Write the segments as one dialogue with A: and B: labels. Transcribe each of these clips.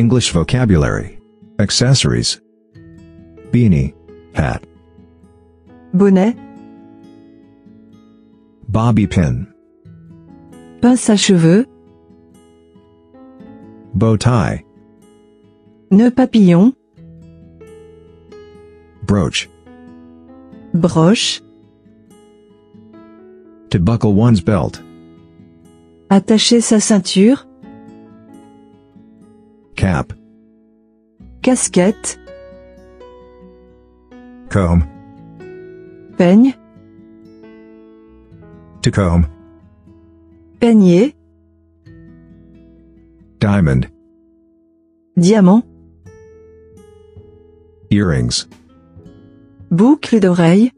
A: English vocabulary. Accessories. Beanie. Hat.
B: bonnet,
A: Bobby pin.
B: pince à cheveux,
A: Bow tie.
B: nœud papillon,
A: Brooch.
B: broche,
A: To buckle one's belt.
B: attacher sa ceinture,
A: Cap.
B: casquette,
A: Comb.
B: peigne,
A: To comb.
B: peignet,
A: Diamond.
B: diamant,
A: Earrings.
B: boucle d'oreille,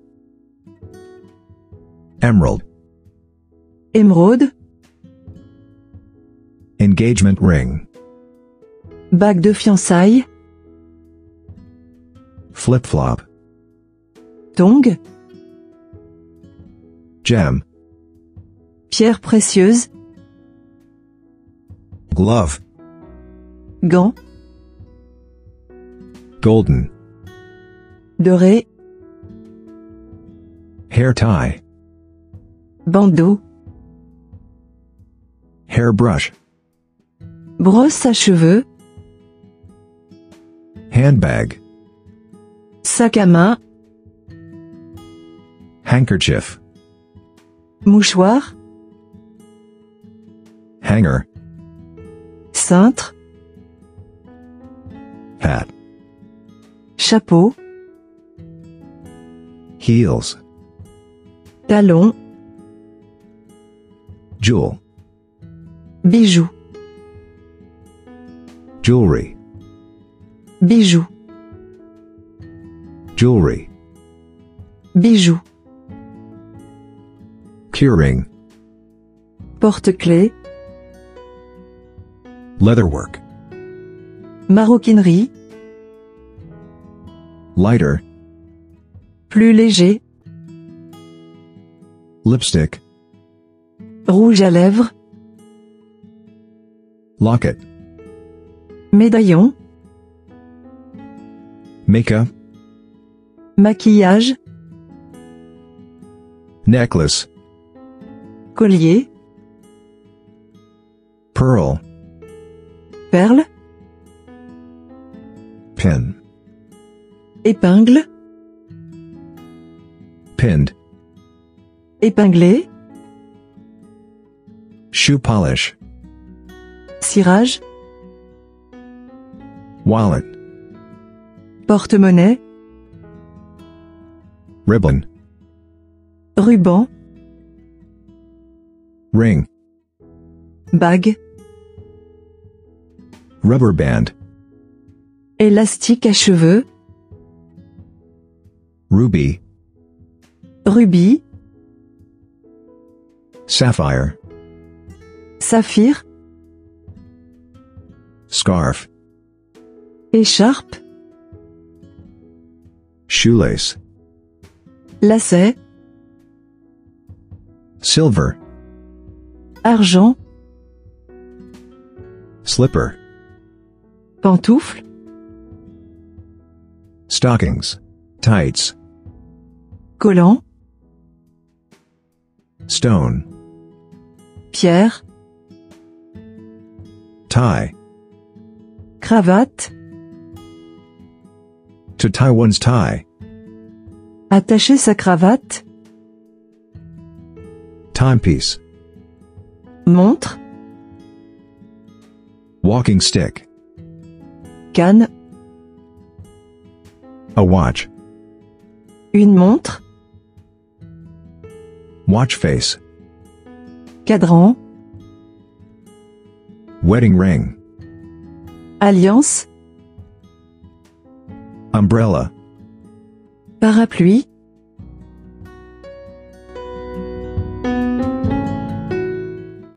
A: Emerald.
B: émeraude,
A: Engagement ring.
B: bague de fiançailles,
A: Flip flop.
B: tongue,
A: Gem.
B: pierre précieuse,
A: Glove.
B: gants,
A: Golden.
B: doré,
A: Hair tie.
B: bandeau,
A: Hairbrush.
B: brosse à cheveux,
A: Handbag.
B: sac à main,
A: Handkerchief.
B: mouchoir,
A: Hanger.
B: cintre,
A: Hat.
B: chapeau,
A: Heels.
B: talon,
A: Jewel.
B: bijoux,
A: Jewelry.
B: bijoux,
A: Jewelry.
B: bijoux,
A: Curing.
B: porte-clés,
A: Leatherwork.
B: maroquinerie,
A: Lighter.
B: plus léger,
A: Lipstick.
B: rouge à lèvres,
A: Locket.
B: médaillon,
A: Makeup.
B: maquillage,
A: Necklace.
B: collier,
A: Pearl.
B: perle,
A: Pin.
B: épingle,
A: Pinned.
B: épinglé,
A: Shoe polish.
B: cirage,
A: Wallet.
B: porte-monnaie,
A: Ribbon.
B: ruban,
A: Ring.
B: bague,
A: Rubber band.
B: élastique à cheveux,
A: Ruby.
B: rubis,
A: Sapphire.
B: saphir,
A: Scarf.
B: écharpe,
A: Shoelace.
B: lacet,
A: Silver.
B: argent,
A: Slipper.
B: pantoufle,
A: Stockings. Tights.
B: collant,
A: Stone.
B: pierre,
A: Tie.
B: cravate,
A: To tie one's tie.
B: attacher sa cravate,
A: Timepiece.
B: montre,
A: Walking stick.
B: canne,
A: A watch.
B: une montre,
A: Watch face.
B: cadran,
A: Wedding ring.
B: alliance,
A: Umbrella.
B: parapluie,